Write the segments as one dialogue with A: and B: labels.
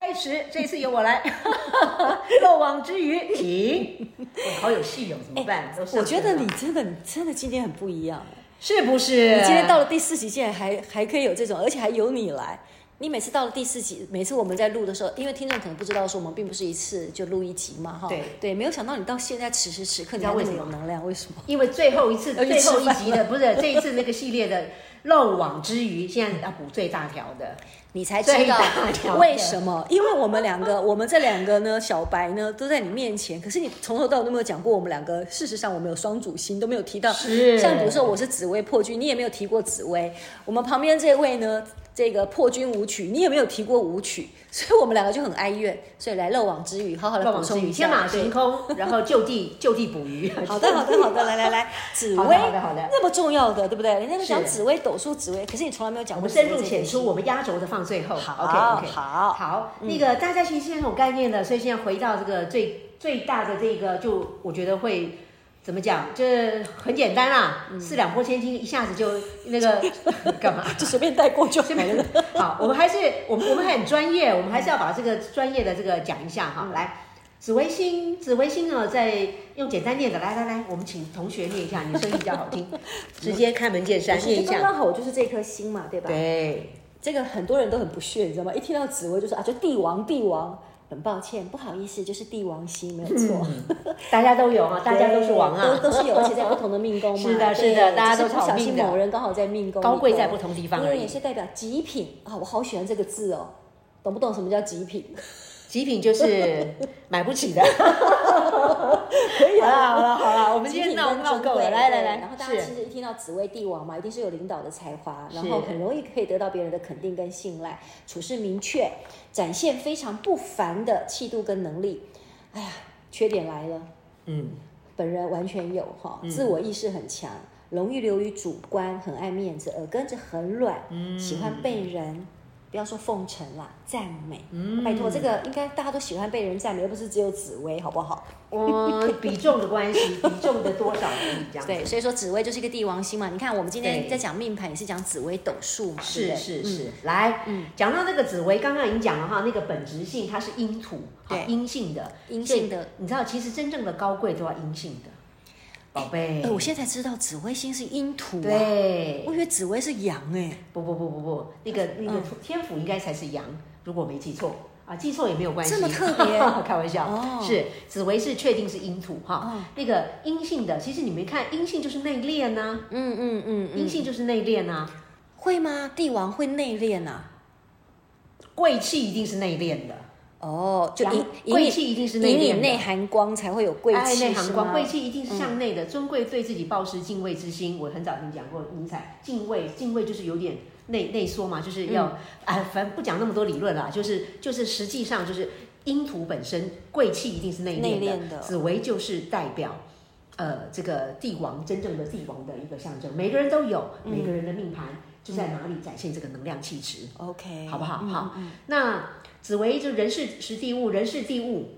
A: 开始，这次由我来。 漏网之鱼，停！我好有戏友，怎么办？都上
B: 哎我觉得
A: 身了
B: 你真的，你真的今天很不一样。
A: 是不是？
B: 你今天到了第四集，竟然还还可以有这种，而且还由你来。你每次到了第四集，每次我们在录的时候，因为听众可能不知道说我们并不是一次就录一集嘛，哈。
A: 对
B: 没有想到你到现在此时此刻，你还那
A: 道为
B: 么
A: 什么
B: 有能量，为什么？
A: 因为最后一次、
B: 要去
A: 最后
B: 吃
A: 一
B: 饭
A: 集的，不是这一次那个系列的漏网之鱼，现在要补最大条的。
B: 你才知
A: 最大条
B: 道
A: 件
B: 为什么？因为我们两个，我们这两个呢，小白呢，都在你面前，可是你从头到尾都没有讲过我们两个。事实上，我们有双主星，都没有提到。
A: 是
B: 像比如说我是紫薇破军，你也没有提过紫薇。我们旁边这位呢，这个破军舞曲，你也没有提过舞曲， 所以我们两个就很哀怨。所以来漏网之鱼，好好的
A: 漏
B: 补
A: 网之
B: 充
A: 鱼，
B: 一下。
A: 天马
B: 对
A: 行空，然后就地 就地捕鱼。
B: 好的，好的，好的，来来来，紫
A: 好
B: 薇，
A: 的好的好的
B: 那么重要的，对不对？人家都讲
A: 是
B: 紫薇斗数，紫薇，可是你从来没有讲
A: 我
B: 过
A: 们
B: 紫薇
A: 深
B: 这件
A: 入
B: 事情。
A: 浅出，我们压轴的放最后。
B: 好
A: OK，OK
B: 好
A: 好。嗯那个大家其实现在有概念了，所以现在回到这个最最大的这个，就我觉得会怎么讲？这很简单啦，四两拨千斤，一下子就那个 干嘛？
B: 就随便带过就好了。
A: 好，我们还是我们我们很专业，我们还是要把这个专业的这个讲一下哈。来，紫微星，紫微星呢，在用简单念的，来来来，我们请同学念一下，女生比较好听， 直接开门见山念一
B: 刚
A: 下。
B: 刚好就是这颗星嘛，对吧？
A: 对，
B: 这个很多人都很不屑，你知道吗？一听到紫薇就说啊，就帝王，帝王。很抱歉，不好意思，就是帝王星没有错，
A: 嗯 大家都有啊，大家都是王啊，
B: 都都是有，而且在不同的命宫嘛。
A: 是的
B: 对
A: 是的大家
B: 只是
A: 都
B: 不
A: 炒
B: 小
A: 命
B: 心
A: 的
B: 某人刚好在命宫里头，
A: 高贵在不同地方
B: 因
A: 而
B: 为
A: 已
B: 也。是代表极品啊，我好喜欢这个字哦，懂不懂什么叫极品？
A: 极品就是买不起的。
B: 啊
A: 好了好了好了，我们今
B: 极
A: 天
B: 品
A: 闹
B: 跟
A: 闹
B: 尊
A: 够
B: 贵
A: 了，来来
B: 对
A: 来，
B: 然后大家
A: 是
B: 其实一听到紫薇帝王嘛，一定是有领导的才华，然
A: 是
B: 后很容易可以得到别人的肯定跟信赖，处事明确，展现非常不凡的气度跟能力。哎呀，缺点来了，
A: 嗯，
B: 本人完全有哈，自我意识很强，容易流于主观，很爱面子，耳根子很软，
A: 嗯
B: 喜欢被人。不要说奉承啦，赞美，
A: 嗯
B: 拜托，这个应该大家都喜欢被人赞美，而不是只有紫薇，好不好？
A: 我 比重的关系，比重的多少这样子。
B: 对，所以说紫薇就是一个帝王星嘛。你看，我们今天
A: 对
B: 在讲命盘，也是讲紫薇斗数嘛，对
A: 是
B: 不对嗯
A: 是是，来，讲到这个紫薇，刚刚已经讲了哈，那个本质性它是阴土，好
B: 对
A: 阴性的，
B: 阴性的
A: 所以你知道，其实真正的高贵都要阴性的，宝贝
B: 哎、，我现在才知道紫薇星是阴土、啊，，
A: 对
B: 我，以为紫薇是阳哎、
A: 不不不不不，那个
B: 嗯
A: 那个天府应该才是阳，如果我没记错啊，记错也没有关系，
B: 这么特别
A: 开玩笑，
B: 哦
A: 是紫薇是确定是阴土哈，那个阴性的，其实你没看，阴性就是内敛呐，
B: 嗯嗯嗯
A: 阴
B: 嗯，
A: 性就是内敛呐，
B: 会吗？帝王会内敛啊？
A: 贵气一定是内敛的。
B: 哦，就
A: 阳
B: 隐隐
A: 贵
B: 隐
A: 气一定是内
B: 隐
A: 敛
B: 隐
A: 的
B: 内含光才会有贵
A: 爱
B: 气，嗯
A: 内含光，贵
B: 贵
A: 气一定是向内的。尊贵对自己保持敬畏之心，我很早跟你讲过，尼采敬畏，敬畏就是有点内内缩嘛，就是要
B: 嗯
A: 啊、反正不讲那么多理论啦，就是就是实际上就是阴土本身贵气一定是内敛
B: 内
A: 的，
B: 敛的
A: 紫薇就是代表。呃，这个帝王真正的帝王的一个象征，每个人都有，
B: 嗯
A: 每个人的命盘就在哪里展现这个能量气质。
B: ，OK，
A: 好不好？
B: 嗯
A: 好，那紫薇就人事实地物，人事地物，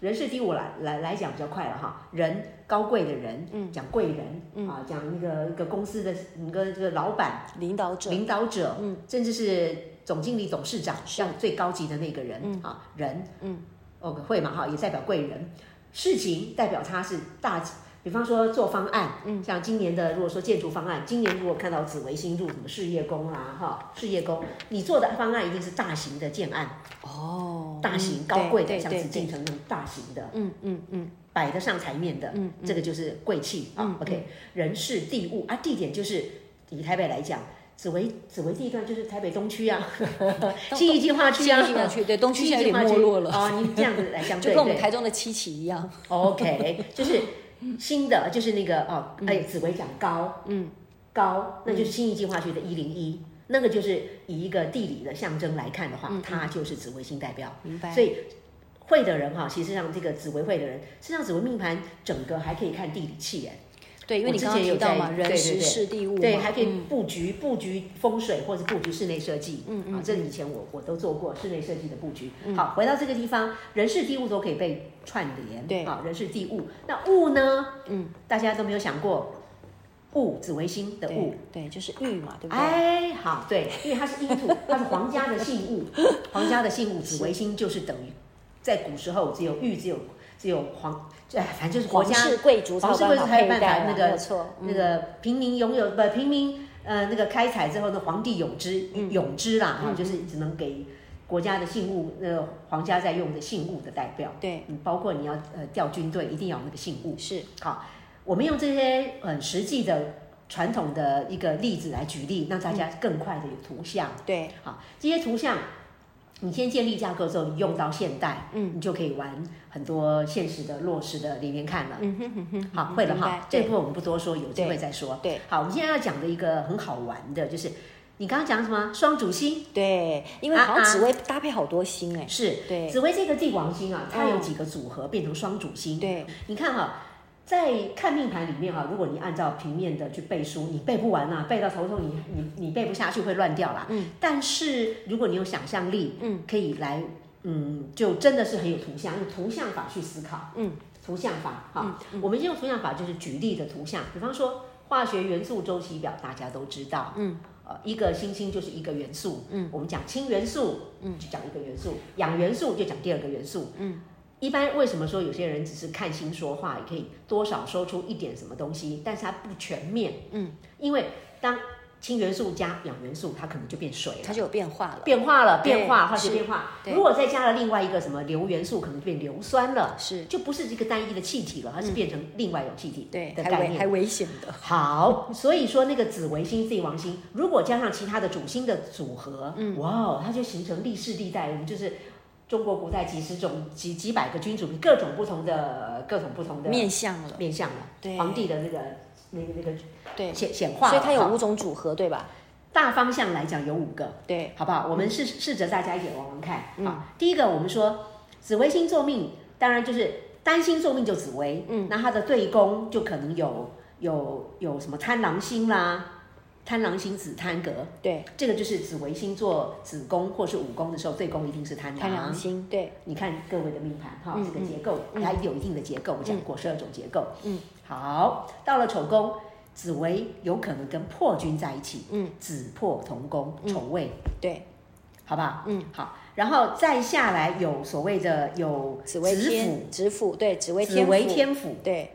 A: 人事地物来来来讲比较快了哈。人高贵的人，讲贵人、啊，讲一个一个公司的一个这个老板、
B: 领导者
A: 领导者，
B: 嗯
A: 甚至是总经理、董事长，像最高级的那个人、啊，人，嗯，哦会嘛哈，也代表贵人，事情代表他是大。比方说做方案，嗯，像今年的如果说建筑方案，今年如果看到紫微星入什么事业宫啦、哈，事业宫，你做的方案一定是大型的建案，
B: 哦，
A: 大型
B: 嗯
A: 高贵的，
B: 对
A: 像
B: 对
A: 紫
B: 对
A: 禁
B: 对
A: 城那种大型的，
B: 嗯嗯嗯，
A: 摆得上台面的，嗯，这个就是贵气啊。OK，人事地物啊，地点就是以台北来讲，紫微紫微地段就是台北东区啊， 新义计划区啊，
B: 新义计划区对东区
A: 新义计划
B: 现在有点没落了
A: 啊。你这样子来 讲，
B: 就
A: 对
B: 跟我们
A: 对哦
B: 台中的七旗一样，
A: ，OK，就是 新的，
B: 嗯
A: 就是那个哦，哎，紫微讲高，嗯，高，那就是新义计划区的一零一。那个就是以一个地理的象征来看的
B: 嗯
A: 话，它就是紫微星代表。
B: 明白。
A: 所以会的人哈，其实上这个紫微会的人，实际上紫微命盘整个还可以看地理气哎，
B: 对，因为
A: 我
B: 你
A: 之
B: 刚刚
A: 前有
B: 提到
A: 在
B: 嘛，人
A: 对对
B: 时
A: 对
B: 事地物
A: 对，嗯
B: 嘛嗯
A: 还可以布局、布局风水或者布局室内设计。嗯嗯，啊，嗯这以前我我都做过室内设计的布局。好，回到这个地方，人事地物都可以被串联。
B: 对
A: 啊，人事地物，那物呢？嗯，大家都没有想过，物紫微星的物
B: 对。对，就是玉嘛，对不对？
A: 哎，好，对，因为它是阴土， 它是皇家的信物，皇家的信物紫微星就是等于，在古时候只有玉，只有只有皇，哎，反正就是国
B: 皇
A: 家
B: 室贵族才
A: 皇
B: 有
A: 室贵
B: 办
A: 族
B: 法
A: 才
B: 佩
A: 有办
B: 戴
A: 法
B: 啊，
A: 那
B: 没有
A: 个
B: 错，
A: 那个平民拥有不平民呃那个开采之后呢，皇帝永之
B: 嗯
A: 永之啦哈，就是只能给国家的信物，那个皇家在用的信物的代表，
B: 对，
A: 嗯，包括你要呃调军队，一定要有那个信物。
B: 是
A: 好，我们用这些很实际的传统的一个例子来举例，让大家更快的有图像。
B: 对，
A: 好，这些图像。你先建立架构之后，你用到现代，
B: 嗯，
A: 你就可以玩很多现实的、落实的连连看了。
B: 嗯哼哼哼，
A: 好，会了
B: 明白
A: 哈，这一部分我们不多说，有机
B: 对
A: 会再说。
B: 对，
A: 好，我们现在要讲的一个很好玩的，就是你刚刚讲什么双主星
B: 对，因为
A: 啊
B: 好像
A: 啊
B: 紫薇搭配好多星哎，
A: 是
B: 对
A: 紫薇这个帝王星啊，它有
B: 嗯
A: 几个组合变成双主星。
B: 对，
A: 你看哈、在看命盘里面哈、如果你按照平面的去背书，你背不完啦、背到头痛，你你你背不下去会乱掉啦。嗯，但是如果你有想象力，嗯，可以来，嗯，就真的是很有图像，用图像法去思考。
B: 嗯，
A: 图像法哈，我们用图像法就是举例的图像，比方说化学元素周期表，大家都知道。嗯。呃，一个星星就是一个元素，嗯，我们讲氢元素，嗯，就讲一个元素；氧元素就讲第二个元素，一般为什么说有些人只是看心说话，也可以多少说出一点什么东西，但是它不全面。嗯，因为当氢元素加氧元素，它可能就变水
B: 它
A: 了，
B: 就有变化了，
A: 变化了，
B: 对
A: 变化化
B: 是
A: 学变化。
B: 对
A: 如果再加了另外一个什么硫元素，可能就变硫酸了，
B: 是
A: 就不是一个单一的气体了，它是变成另外一种气体
B: 嗯对，
A: 的
B: 还
A: 概
B: 危还
A: 念。
B: 危险的，
A: 好，所以说那个紫微星、帝王星，如果加上其他的主星的组合，嗯，哇哦，它就形成历世历代，我们就是中国古代几十种、几几百个君主，各种不同的、各种不同的
B: 面相了，
A: 面相了，
B: 对
A: 皇帝的那个那个那个
B: 对，
A: 显显化了，
B: 所以它有
A: 哈
B: 五种组合对吧？
A: 大方向来讲有五个，
B: 对，
A: 好不好？我们试试着大家一起玩玩看。好，第一个我们说紫微星座命，当然就是单星座命就紫微，嗯，那它的对宫就可能有有有什么贪狼星啦，贪狼星紫贪格，
B: 对，
A: 这个就是紫微星座子宫或是五宫的时候，对宫一定是贪嗯
B: 太良心，对，
A: 你看各位的命盘哈，这个结构它有一定的结构，我讲过十二种结构。嗯，好，到了丑宫，紫薇有可能跟破军在一起，嗯，子破同宫，丑位，
B: 对，
A: 好不好？嗯，好，然后再下来有所谓的有
B: 紫薇
A: 府、
B: 天，紫府，对，紫薇
A: 紫
B: 天，
A: 薇，天府、
B: 对，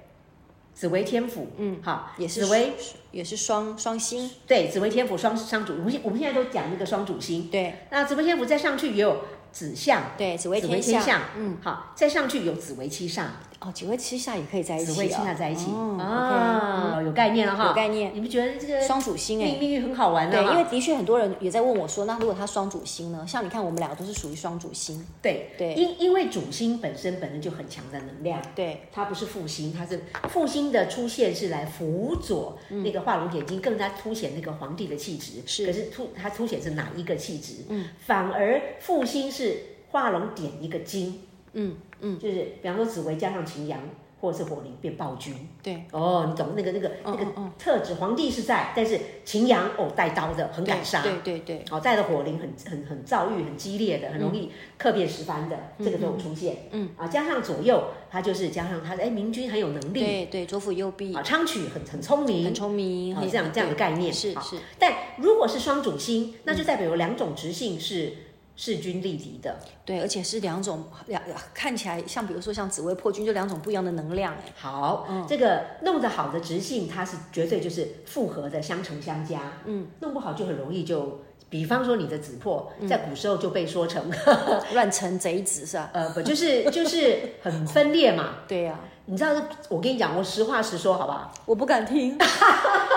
A: 紫薇天府，嗯，好，
B: 也是
A: 紫薇
B: 也是双双星，
A: 对紫薇天府双双主，我们现我们现在都讲那个双主星，
B: 对，
A: 那紫薇天府再上去也有子相。
B: 对，紫
A: 紫
B: 薇
A: 天
B: 天
A: 相，
B: 嗯，
A: 嗯，好，再上去有紫薇七煞，
B: 哦，紫薇七煞也可以在一起
A: 紫
B: 啊，
A: 薇七煞在一起
B: 哦
A: 啊，有概念了
B: OK，嗯
A: 哈，
B: 有概念，
A: 你们觉得这个
B: 双主星哎
A: 命。命运很好玩的
B: 对，
A: 哈？
B: 因为的确很多人也在问我说，那如果他双主星呢？像你看，我们两个都是属于双主星，
A: 对
B: 对
A: 因因为主星本身本身就很强的能量，
B: 对，
A: 它不是复星，它是复星的出现是来辅佐那个画龙点睛，更加凸显那个皇帝的气质。
B: 嗯是
A: 可是凸它凸显是哪一个气质？嗯，反而复星是画龙点一个睛。
B: 嗯
A: 嗯，就是比方说紫薇加上擎羊或者是火灵变暴君。
B: 对，
A: 哦，你懂那个那个那个
B: 嗯嗯
A: 特质，皇帝是在，但是擎羊哦带刀的，很敢杀。
B: 对对对，
A: 哦，带的火灵很很很躁郁、很激烈的，很容易客变十番的，这个都有出现。嗯啊，加上左右，他就是加上他哎，明君很有能力
B: 对对，左辅右臂
A: 啊，，昌曲很很聪明，
B: 很聪明，
A: 啊
B: 很
A: 这样这样的概念
B: 是
A: 好
B: 是，
A: 但如果是双主星，那就代表有两种直性是势均力敌的。
B: 对，而且是两种两看起来像，比如说像紫薇破军，就两种不一样的能量，哎，
A: 好，这个弄得好的直性，它是绝对就是复合的，相乘相加。嗯，弄不好就很容易就，比方说你的子破，在古时候就被说成，
B: 哎乱臣贼子是吧？
A: 呃，不就是就是很分裂嘛。
B: 对啊呀、
A: 你知道，我跟你讲，我实话实说，好不好？
B: 我不敢听，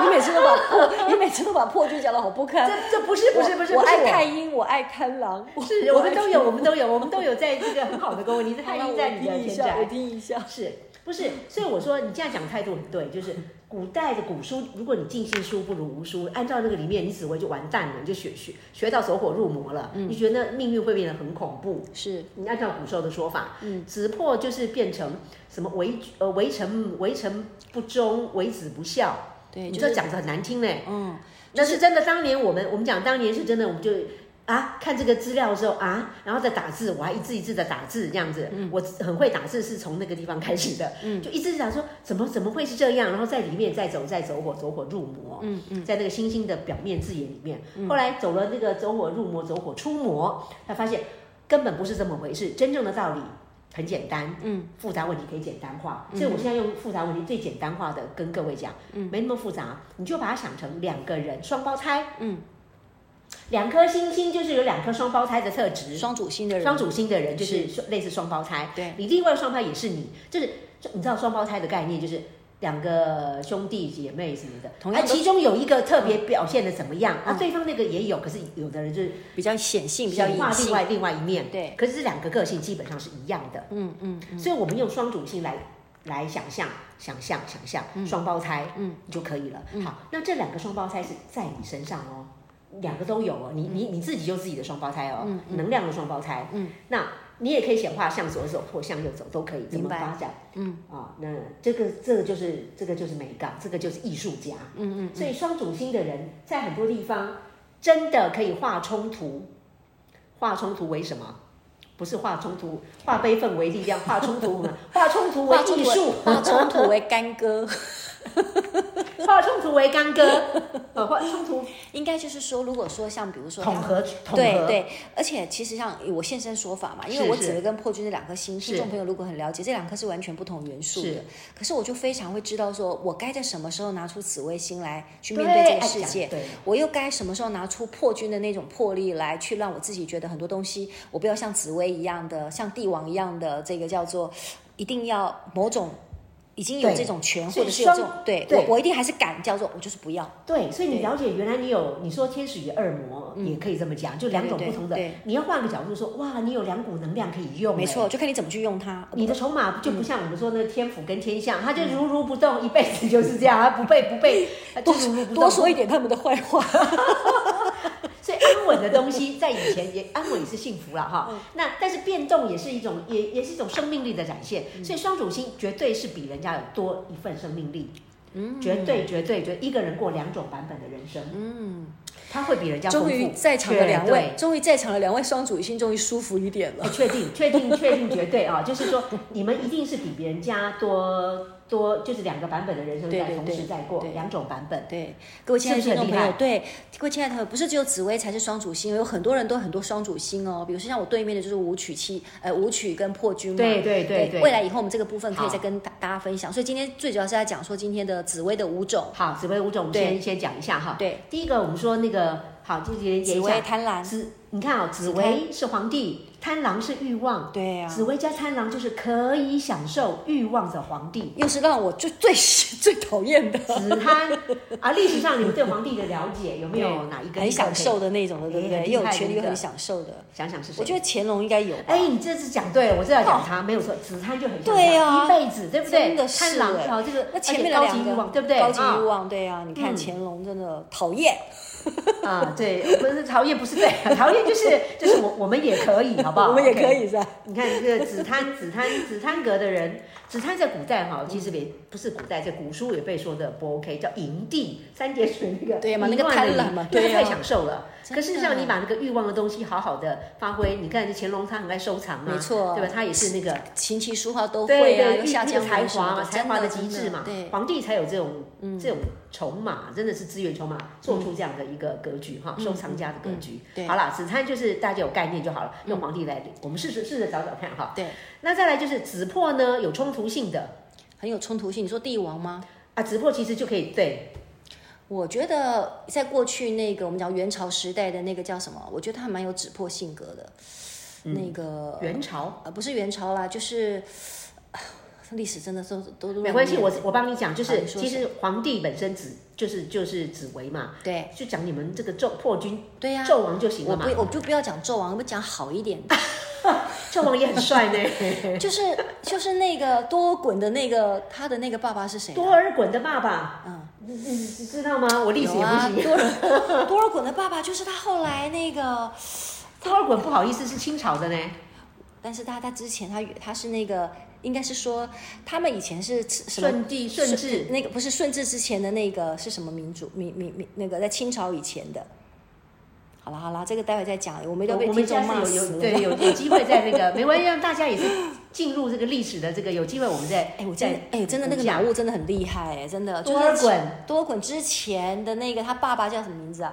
B: 你每次都把破，你每次都把破军讲的好不
A: 这
B: 堪。
A: 这不是不是
B: 我
A: 不是，
B: 我
A: 不是
B: 爱看鹰，我爱看狼，
A: 是我们
B: 爱
A: 都有，我们都有，我们都有在这个很好的沟，你的
B: 看
A: 太
B: 好了
A: 阴
B: 我
A: 在你的
B: 听一
A: 天
B: 下，我
A: 宅
B: 听一下。
A: 是。不是，所以我说你这样讲态度很对，就是古代的古书，如果你尽信书不如无书，按照那个里面，你紫薇就完蛋了，你就学学学到走火入魔了，
B: 嗯
A: 你觉得命运会变得很恐怖。
B: 是
A: 你按照古兽的说法，嗯，子破就是变成什么为呃为臣为臣不忠，为子不孝，
B: 对，
A: 你
B: 就
A: 这
B: 是
A: 讲的很难听嘞。
B: 嗯，
A: 那是真的，当年我们我们讲当年是真的，我们就啊看这个资料的时候啊，然后再打字，我还一字一字的打字这样子，
B: 嗯
A: 我很会打字是从那个地方开始的，就一直想说怎么怎么会是这样，然后在里面再走再走火走火入魔，嗯嗯，在那个星星的表面字眼里面，
B: 嗯
A: 后来走了那个走火入魔走火出魔，他发现根本不是这么回事，真正的道理。很简单，嗯，复杂问题可以简单化，
B: 嗯
A: 所以我现在用复杂问题最简单化的跟各位讲，嗯，没那么复杂，你就把它想成两个人双胞胎，
B: 嗯，
A: 两颗星星就是有两颗双胞胎的特质，
B: 双主星的人，
A: 双主星的人就是双类似双胞胎，
B: 对
A: 你另外双胞胎也是你，就是就你知道双胞胎的概念就是。两个兄弟姐妹什么的，
B: 同样
A: 啊
B: 都嗯
A: 其中有一个特别表现的怎么样？啊，对方那个也有，可是有的人就是
B: 比较显性，比较
A: 显化
B: 隐
A: 另
B: 性，
A: 外另外一面，
B: 对
A: 可是这两个个性基本上是一样的，
B: 嗯嗯，
A: 所以我们用双主性来来想象、想象、想象双胞胎，
B: 嗯
A: 嗯，就可以了。好，那这两个双胞胎是在你身上哦，两个都有哦，你
B: 嗯
A: 你你自己就自己的双胞胎哦，能量的双胞胎，嗯，那你也可以显化向左走或向右走都可以，怎么
B: 明白
A: 发展？嗯，啊，那这个这个就是这个就是美感，这个就是艺术家，嗯嗯，所以双主星的人在很多地方真的可以化冲突，化冲突为什么？不是化冲突，化悲愤为力量，化冲突 嘛，化冲突为
B: 化冲
A: 艺
B: 突为
A: 术，
B: 化冲突为干戈，
A: 化冲突为干戈，呃，化冲突
B: 应该就是说，如果说像比如说
A: 统
B: 他
A: 合统
B: 对
A: 合，
B: 对，而且其实像我现身说法嘛，因为
A: 是
B: 我
A: 是
B: 紫薇跟破军这两颗星，听
A: 是
B: 众朋友如果很了解，这两颗是完全不同元素的
A: 是。
B: 可是我就非常会知道说，我该在什么时候拿出紫微星来去
A: 对
B: 面对这个
A: 哎
B: 世
A: 讲
B: 界，
A: 对
B: 我又该什么时候拿出破军的那种魄力来去让我自己觉得很多东西，我不要像紫薇一样的，像帝王一样的，这个叫做一定要某种。已经有
A: 对
B: 这种权，或
A: 所以
B: 者是有这
A: 双
B: 种对
A: 对
B: 我，我一定还是敢叫做我就是不要，
A: 对，所以你了解原来你有，你说天使与恶魔也可以这么讲，就两种
B: 对
A: 不
B: 对
A: 同的
B: 对，
A: 你要换个角度说，哇，你有两股能量可以用，
B: 没
A: 哎
B: 错，就看你怎么去用它。
A: 你的筹码就不像我们说那天府跟天象，他就如如不动，一辈子就是这样，他不被不 被，他就
B: 多
A: 如如不动。
B: 多说一点他们的坏话，
A: 所以安稳的东西，在以前也安稳也是幸福了哈。
B: 嗯
A: 那但是变动也是一种，也也是一种生命力的展现。
B: 嗯
A: 所以双主星绝对是比人家有多一份生命力，嗯，绝对绝对绝对一个人过两种版本的人生，嗯，他会比人家丰富
B: 终于在场的两
A: 绝
B: 位
A: 对，
B: 终于在场的两位双主星终于舒服一点
A: 哎
B: 了。
A: 确定， 确定，确定，绝对啊！就是说，你们一定是比别人家多多，就是两个版本的人生
B: 对
A: 在
B: 对
A: 同
B: 对
A: 时在过
B: 对，
A: 两种版 本。
B: 对，各位亲爱的
A: 是不
B: 听
A: 是很
B: 众朋友
A: 厉，害
B: 对，各位亲爱的朋友，不是只有紫薇才是双主星，有很多人都很多双主星哦。比如说像我对面的就是舞曲七，呃，舞曲跟破军嘛。
A: 对对对对
B: 未来以后我们这个部分可以
A: 好
B: 再跟大大家分享。所以今天最主要是在讲说今天的紫薇的五种，
A: 好，紫薇五种，我们
B: 对
A: 先先讲一下哈。
B: 对，
A: 第一个我们说那个好，就连接
B: 紫
A: 一
B: 薇
A: 下。
B: 贪婪，
A: 紫，你看哦，紫薇是皇帝，贪狼是欲望。
B: 对啊
A: 紫薇加贪狼就是可以享受欲望的皇 帝。
B: 又是让我最最最讨厌 的，
A: 紫贪啊，历史上你们对皇帝的了解有没有哪一个
B: 很享受
A: 的？
B: 的那种的，对不
A: 哎
B: 对？
A: 很
B: 又有
A: 厉害
B: 权
A: 的
B: 利又
A: 一个
B: 很享受的。
A: 想想是谁？
B: 我觉得乾隆应该有吧。
A: 哎，你这次讲对了，我知道讲他没有错，紫贪就很像他
B: 对啊
A: 一辈子对不对？
B: 真的是
A: 贪狼
B: 哎
A: 哦，这个
B: 那前面的
A: 而且
B: 两
A: 高
B: 个
A: 级欲望对不对？
B: 高级
A: 啊
B: 欲望，对啊，你看乾隆真的讨厌，
A: 啊，对，不是讨厌不是对，讨厌就是就是我我们也可以，好不 好？
B: 我们也可
A: OK
B: 以是吧？
A: 你看这个紫贪、 紫贪、紫贪阁的人，紫贪在古代哈，其实也不是古代，在古书也被说的不 OK，叫淫帝，三点水那个
B: 对嘛那个
A: 淫乱的
B: 贪婪
A: 淫
B: 嘛
A: 因为
B: 对
A: 他
B: 啊
A: 太享受了。
B: 真的
A: 可事实上，你把那个欲望的东西好好的发挥，你看乾隆他很爱收藏啊，
B: 没错
A: 对吧？他也是那个
B: 琴棋书画都
A: 对
B: 会啊，
A: 对，
B: 又
A: 一
B: 下
A: 那个
B: 江
A: 才
B: 南什
A: 华
B: 么
A: 嘛，
B: 的，
A: 才华的极致嘛
B: 真的，嗯
A: 皇帝才有这种这种筹码，真的是资源筹码，做出这样的一个格局哈，收藏家的格局
B: 嗯对。
A: 好啦，紫参就是大家有概念就好了，用皇帝来，我们试试试着找找看哈。
B: 对对，
A: 那再来就是紫破呢，有冲突性的
B: 很有冲突性。你说帝王吗？
A: 啊，紫破其实就可以对
B: 我觉得在过去那个我们讲元朝时代的那个叫什么？我觉得他蛮有指破性格的，
A: 嗯
B: 那个
A: 元朝。
B: 呃不是元朝啦，就是啊历史真的都都都
A: 没关系，
B: 乱
A: 我
B: 念
A: 我帮你讲，就
B: 好
A: 是
B: 你说
A: 其实皇帝本身紫就是就是紫薇嘛，
B: 对
A: 就讲你们这个纣破军
B: 对呀，啊
A: 纣王就行
B: 我
A: 了嘛
B: 不。我就不要讲纣王，我们讲好一点的。
A: 教王也很帅 呢。
B: 就是就是那个多滚的那个他的那个爸爸是谁、啊？
A: 多尔衮的爸爸，嗯，你你知道吗？我历史
B: 有
A: 也不
B: 啊，
A: 行。
B: 多尔多尔衮的爸爸就是他后来那个，
A: 多尔衮不好意思是清朝的呢，
B: 但是他他之前他他是那个应该是说他们以前是吃什么？
A: 顺帝顺治
B: 那个不是顺治之前的那个是什么民主民民民那个在清朝以前的。好了好了，这个待会再讲，我们
A: 我
B: 都被
A: 我
B: 听
A: 们
B: 众
A: 下
B: 骂
A: 次有
B: 死
A: 有
B: 了。
A: 对有有机会在那个没关系，让大家也是进入这个历史的这个有机会，我们再
B: 哎，我真的
A: 再，
B: 哎，真的那个
A: 讲
B: 脑雾真的很厉害，哎，真的。
A: 多尔
B: 就是
A: 衮
B: 多尔衮之前的那个他爸爸叫什么名字啊？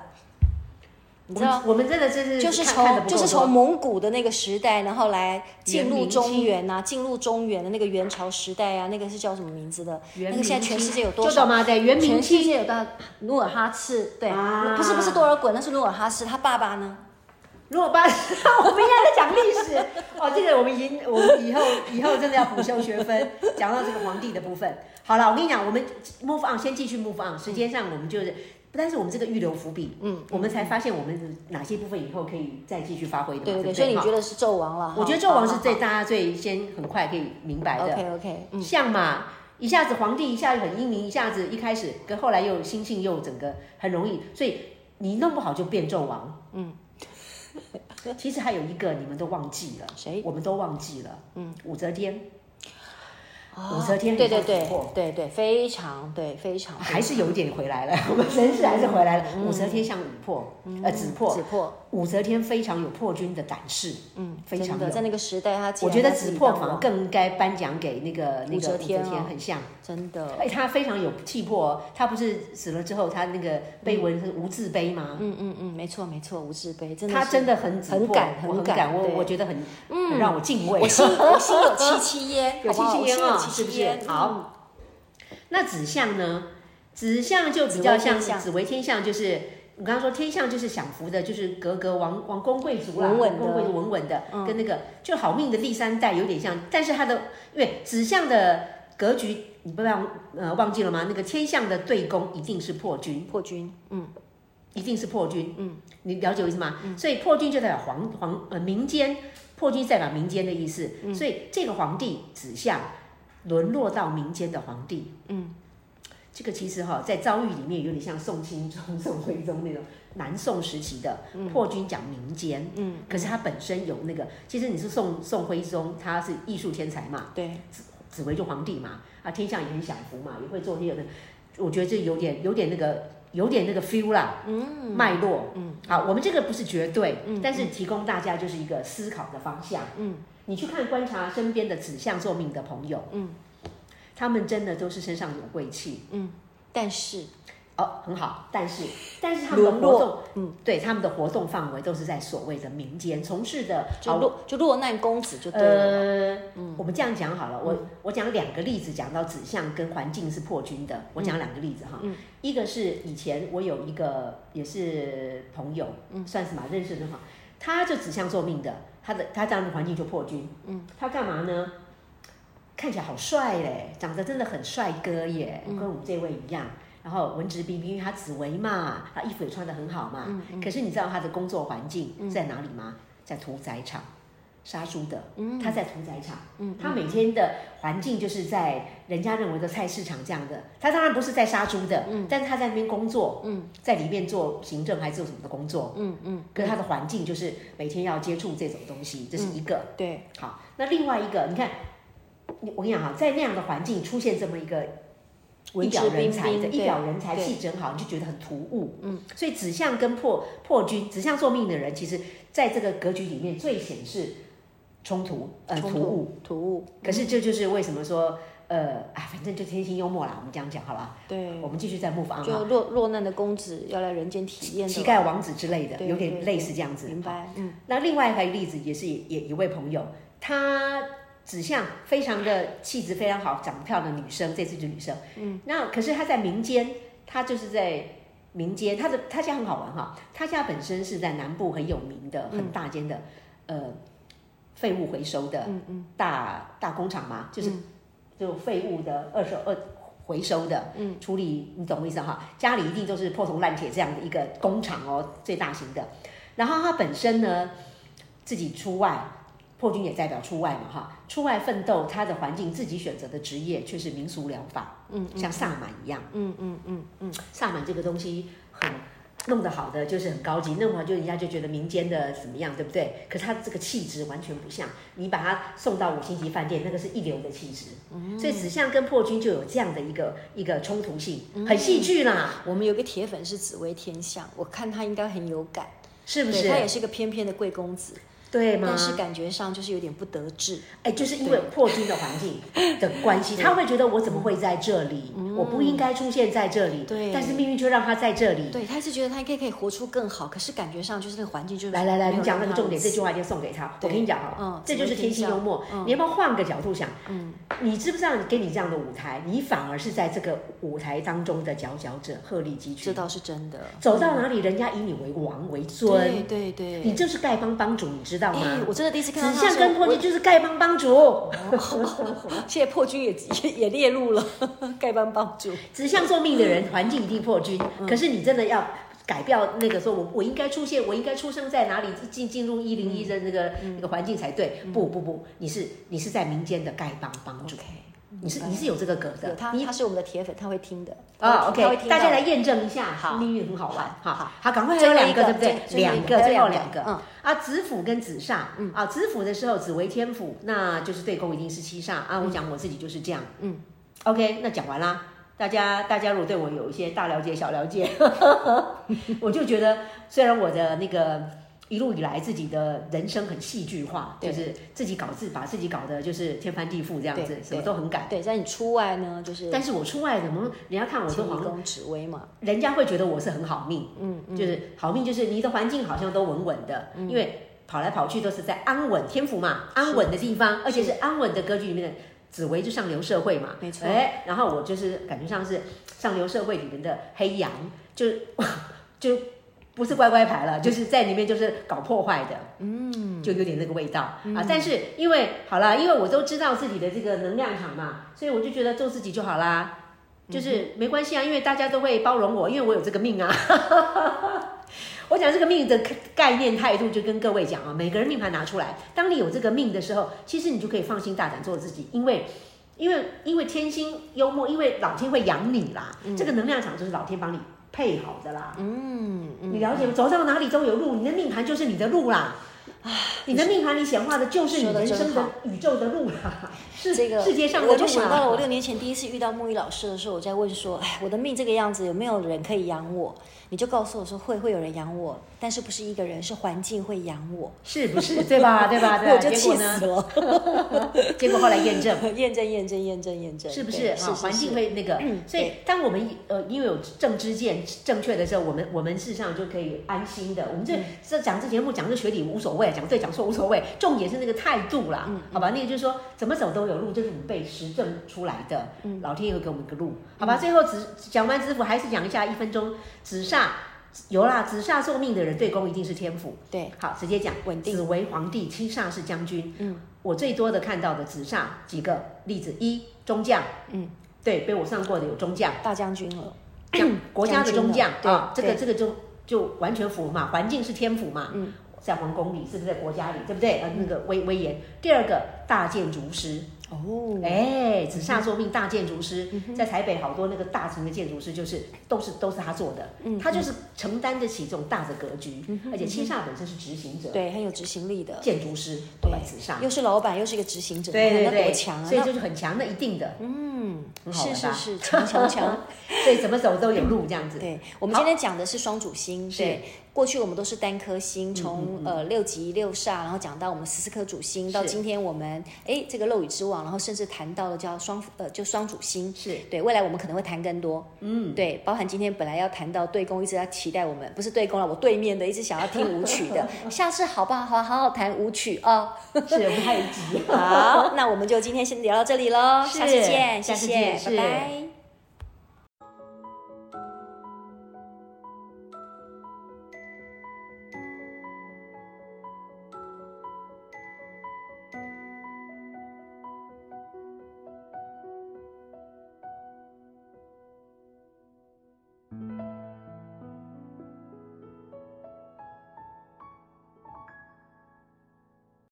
B: 你
A: 我
B: 知道
A: 们？我们真的真是
B: 就是
A: 看看得
B: 从
A: 不
B: 就
A: 够
B: 是
A: 多
B: 从蒙古的那个时代，然后来进
A: 元
B: 入
A: 明
B: 中
A: 清
B: 原呐、进入中原的那个元朝时代啊，那个是叫什么名字的？
A: 元
B: 那个现在全
A: 明
B: 世界有
A: 清
B: 多
A: 就懂
B: 少？
A: 吗？对，元明
B: 全世
A: 清
B: 界有到努尔哈赤，对，
A: 啊
B: 不是不是多尔衮，那是努尔哈赤，他爸爸呢？
A: 如果 把我们现在在讲历史哦，这个我们以我们以后以后真的要补修学分，讲到这个皇帝的部分。好了，我跟你讲，我们 move on，先继续 move on。时间上我们就是，但是我们这个预留伏笔，嗯，我们才发现我们哪些部分以后可以再继续发挥的嘛，
B: 对
A: 不
B: 对，所以你
A: 哈
B: 觉得是纣王了？
A: 我觉得纣王是最大家最先很快可以明白的。
B: OK OK，嗯，
A: 像嘛，一下子皇帝一下子很英明，一下子一开始跟后来又心性又整个很容易，所以你弄不好就变纣王。嗯，其实还有一个你们都忘记了，
B: 谁
A: 我们都忘记了。嗯，武则天
B: 哦
A: 武则天
B: 对对
A: 很
B: 对
A: 不错
B: 对对，非常对非常
A: 还是有一点回来了， 我们神是还是回来了。武则天像武破，呃，子破
B: 子。破，
A: 武则天非常有破军的胆识，嗯，非常
B: 真
A: 有
B: 的。在那个时代，他
A: 我觉得
B: 子
A: 子破反而更该颁奖给那个那个武
B: 武
A: 则
B: 则
A: 天啊
B: 天哦
A: 很像，
B: 真的
A: 哎，他非常有气魄哦。他不是死了之后，他那个碑文是无字碑吗？
B: 嗯嗯嗯，没错没错，吴志悲真的
A: 他
B: 是
A: 真的很子
B: 很
A: 破
B: 敢
A: 我很
B: 很敢
A: 敢，我
B: 对
A: 我觉得很很让我敬畏。
B: 我 心我心有戚戚焉，
A: 有
B: 好不好
A: 戚戚焉
B: 我
A: 啊
B: 心有戚戚
A: 是不
B: 焉。
A: 是好那子相呢？子相就比较像
B: 紫微天相
A: 紫微天相，就是我刚刚说天相就是享福的，就是格格王王公贵族啦，
B: 稳稳的
A: 王公贵族稳稳的，嗯跟那个就好命的第三代有点像，但是他的因为子相的格局，你不要呃忘记了吗？那个天相的对宫一定是破军
B: 嗯，破军，嗯，
A: 一定是破军。嗯，你了解我意思吗？所以破军就代表皇皇呃民间，破军是代表民间的意思。所以这个皇帝指向沦落到民间的皇帝。嗯，这个其实哈、在遭遇里面有点像宋钦宗、宋徽宗那种南宋时期的破军讲民间。嗯，可是他本身有那个，其实你是宋宋徽宗，他是艺术天才嘛，
B: 对，
A: 紫薇就皇帝嘛，啊，天象也很享福嘛，也会做些有的，我觉得这有点有点那个有点那个 feel 啦，嗯，脉络，嗯，好，我们这个不是绝对，嗯，但是提供大家就是一个思考的方向，嗯，你去看观察身边的指向做命的朋友，嗯，他们真的都是身上有贵气，
B: 但是
A: 哦，很好，但是但是他们的
B: 沦
A: 活
B: 落
A: 动，嗯，对，他们的活动范围都是在所谓的民间从事的，
B: 就
A: 好
B: 落就落难公子就对了。嗯
A: 呃，我们这样讲好了，我我讲两个例子，讲到指向跟环境是破军
B: 嗯
A: 的，我讲两个例子哈。一个是以前我有一个也是朋友，
B: 嗯
A: 算是嘛认识的哈，他就指向做命的，他的他这样的环境就破军。
B: 嗯
A: 他干嘛呢？看起来好帅嘞，长得真的很帅哥耶，
B: 嗯
A: 跟我们这位一样。然后文质彬彬，因为他紫薇嘛，他衣服也穿得很好嘛。
B: 嗯
A: 可是你知道他的工作环境是在哪里吗？在屠宰场杀猪的。他在屠宰场，他每天的环境就是在人家认为的菜市场这样的。他当然不是在杀猪的，但是他在那边工作，在里面做行政还是做什么的工作。嗯嗯，可是他的环境就是每天要接触这种东西，这是一个。
B: 对，
A: 好，那另外一个，你看，你我跟你讲哈，在那样的环境出现这么一个一
B: 文质
A: 表人
B: 彬
A: 才的
B: 彬，
A: 一表人才
B: 对
A: 气质很好，你就觉得很突兀。嗯，所以指向跟破破军，指向做命的人，其实在这个格局里面最显示冲突，呃，
B: 冲
A: 突兀。
B: 突兀，
A: 可是这就是为什么说，呃，啊，反正就天性幽默啦，我们这样讲好了。
B: 嗯对
A: 我，们继续再 move on
B: 就
A: 啊，
B: 落落难的公子要来人间体验的
A: 乞丐王子之类的，
B: 对
A: 有
B: 对
A: 点
B: 对
A: 类似这样子。
B: 明白？嗯，
A: 那另外还有一个例子，也是也一位朋友，她指向非常的气质非常好、长得漂亮的女生，这次就是女生。嗯，那可是她在民间，她就是在民间，她的她家很好玩哈，她家本身是在南部很有名的、很大间的，呃，废物回收的，大大工厂嘛，就是、就废物的二手二。回收的，嗯，处理你懂我意思哈？家里一定都是破铜烂铁这样的一个工厂哦，最大型的。然后他本身呢，自己出外破军也代表出外嘛哈，出外奋斗，他的环境自己选择的职业却是民俗疗法，嗯，像萨满一样，
B: 嗯嗯嗯嗯，
A: 萨满这个东西很弄得好的就是很高级，弄不好就人家就觉得民间的怎么样，对不对？可是他这个气质完全不像，你把他送到五星级饭店，那个是一流的气质。
B: 嗯
A: 所以子相跟破军就有这样的一个一个冲突性，
B: 嗯
A: 很戏剧啦，
B: 我们有个铁粉是紫薇天象，我看他应该很有感，
A: 是不是
B: 对？他也是个翩翩的贵公子，
A: 对吗？
B: 但是感觉上就是有点不得志。
A: 哎，就是因为破军的环境的 关系，他会觉得我怎么会在这里？我不应该出现在这里。
B: 嗯对
A: 但是命运就让他在这里。
B: 对，他是觉得他应该可以活出更好，可是感觉上就是那个环境就是
A: 来来来，
B: 没有
A: 你讲那
B: 让
A: 个
B: 他
A: 重点，
B: 如此
A: 这句话一定送给他。我
B: 对
A: 跟你讲哈、
B: 嗯
A: 这就是天性幽默。
B: 嗯
A: 你要不要换个角度想？你知不知道给你这样的舞台，你反而是在这个舞台当中的佼佼者，鹤立鸡
B: 这
A: 群。
B: 倒是真的。
A: 走到哪里，人家以你为王为
B: 对
A: 尊，
B: 对对，
A: 你就是丐帮帮主，你知道
B: 哎
A: 吗，
B: 我？真的第一次看到
A: 子
B: 他
A: 相跟破军就是丐帮 帮主，
B: 现在破军也也也列入了丐帮帮主。
A: 指向做命的人，环境一定破军。
B: 嗯
A: 可是你真的要改掉那个说我我应该出现，我应该出生在哪里，进进入一零一的那个、
B: 嗯
A: 那个环境才对。不不不，你是你是在民间的丐帮帮主
B: OK，
A: 你是你是有这个格
B: 嗯有
A: 的。
B: 他，
A: 你
B: 他是我们的铁粉，他会听的。
A: 啊、o
B: 他会
A: k
B: 听
A: 大
B: 到
A: 家来
B: 的
A: 验证一下，
B: 好
A: 命运很好玩，
B: 好
A: 好
B: 好，
A: 好，赶快还
B: 最
A: 有
B: 后
A: 两
B: 一
A: 个，
B: 个
A: 对不对？
B: 最后一
A: 两
B: 个
A: 个，最后
B: 两
A: 两
B: 个
A: 个，
B: 嗯
A: 啊，子府跟子煞，啊，子府的时候，子为天府，那就是对宫一定是七煞啊。我讲我自己就是这样，
B: 嗯
A: ，OK，那讲完啦。大家，大家如果对我有一些大了解、小了解， 我就觉得，虽然我的那个一路以来自己的人生很戏剧化，就
B: 对
A: 是自己搞自，把自己搞的就是天翻地覆这样子
B: 对，
A: 什么都很敢。
B: 对，在你出外呢，就是
A: 但是我出外怎么，人家看我都
B: 听
A: 好
B: 以
A: 像
B: 公指威嘛。
A: 人家会觉得我是很好命，
B: 嗯嗯，
A: 就是好命，就是你的环境好像都稳稳的，因为跑来跑去都是在安稳天府嘛，安稳的地方，而且是安稳的格局里面的。紫薇就上流社会嘛，
B: 没错
A: 哎，然后我就是感觉上是上流社会里面的黑羊，就 就不是乖乖牌
B: 嗯
A: 了，就是在里面就是搞破坏的，嗯，就有点那个味道、
B: 嗯
A: 啊。但是因为好啦，因为我都知道自己的这个能量场嘛，所以我就觉得做自己就好啦，就是没关系啊，因为大家都会包容我，因为我有这个命啊。 我讲这个命的概念态度，就跟各位讲啊，每个人命盘拿出来，当你有这个命的时候，其实你就可以放心大胆做自己，因为。因为因为天星幽默，因为老天会养你啦，这个能量场就是老天帮你配好的啦。
B: 嗯嗯，
A: 你了解吗？走到哪里都有路，你的命盘就是你的路啦。啊你的命盘里显化的就是你
B: 说得
A: 人
B: 真
A: 生的
B: 好
A: 宇宙的路啦，是
B: 这个
A: 世界上的路
B: 我
A: 啦。
B: 就想到了我六年前第一次遇到木易老师的时候，我在问说：“哎，我的命这个样子，有没有人可以养我？”你就告诉我说会会有人养我，但是不是一个人，是环境会养我。
A: 是不是？ 对吧？对吧？对吧？
B: 我就
A: 结
B: 气
A: 果
B: 死
A: 呢？
B: 了，
A: 结果后来验证，
B: 验证验证验证验证，
A: 是不是嗯
B: 对
A: 啊？
B: 是
A: 环境会那个，所以
B: 对
A: 当我们呃，因为有正知见正确的时候，我们我们事实上就可以安心的。我们这这讲这节目讲这学理无所谓，讲对讲错无所谓，重点是那个态度啦，好吧？那个就是说怎么走都有路，这是我们被实证出来的，老天爷会给我们一个路，好吧？最后只讲完子府，还是讲一下一分钟子煞。有啦，子煞受命的人对宫一定是天府。
B: 对
A: 好，直接讲
B: 稳定
A: 子为皇帝，七煞是将军。
B: 嗯，
A: 我最多的看到的子煞几个例子：一中将，
B: 嗯，
A: 对，被我上过的有中 将，
B: 大将军了，
A: 将国家的中将
B: 对
A: 啊，这个
B: 对
A: 这个就就完全符合嘛，环境是天府嘛，
B: 嗯，
A: 在皇宫里是不是在国家里，对不对？呃，那个威威严。第二个大建筑师，
B: 哦
A: 哎，紫煞做命大建筑师，
B: 嗯
A: 在台北好多那个大型的建筑师，就是都是都是他做的，
B: 嗯
A: 他就是承担得起这种大的格局，而且七煞本身是执行者，
B: 对，很有执行力的，
A: 建筑师，对吧？紫煞，
B: 又是老板，又是一个执行者，
A: 啊对
B: 你
A: 对
B: 看他
A: 对，
B: 多强啊！
A: 所以就是很强的，一定的，
B: 那嗯，
A: 很好
B: 是
A: 玩
B: 是
A: 吧
B: 是，强强强。
A: 所以怎么走都有路这样子。
B: 对，我们今天讲的是双主星，
A: 是嗯
B: 对，过去我们都是单颗星，从呃六级六煞，然后讲到我们十四颗主星，到
A: 是
B: 今天我们哎这个漏雨之王，然后甚至谈到了叫双呃就双主星，
A: 是
B: 对，未来我们可能会谈更多，
A: 嗯，
B: 对，包含今天本来要谈到对宫，一直要期待我们不是对宫了，我对面的一直想要听舞曲 的，下次好不好？好好好谈舞曲哦。
A: 是 我们还有一集。
B: 好，那我们就今天先聊到这里喽，下次见，
A: 下
B: 谢
A: 次
B: 谢
A: 见，，
B: 拜
A: 是
B: 拜。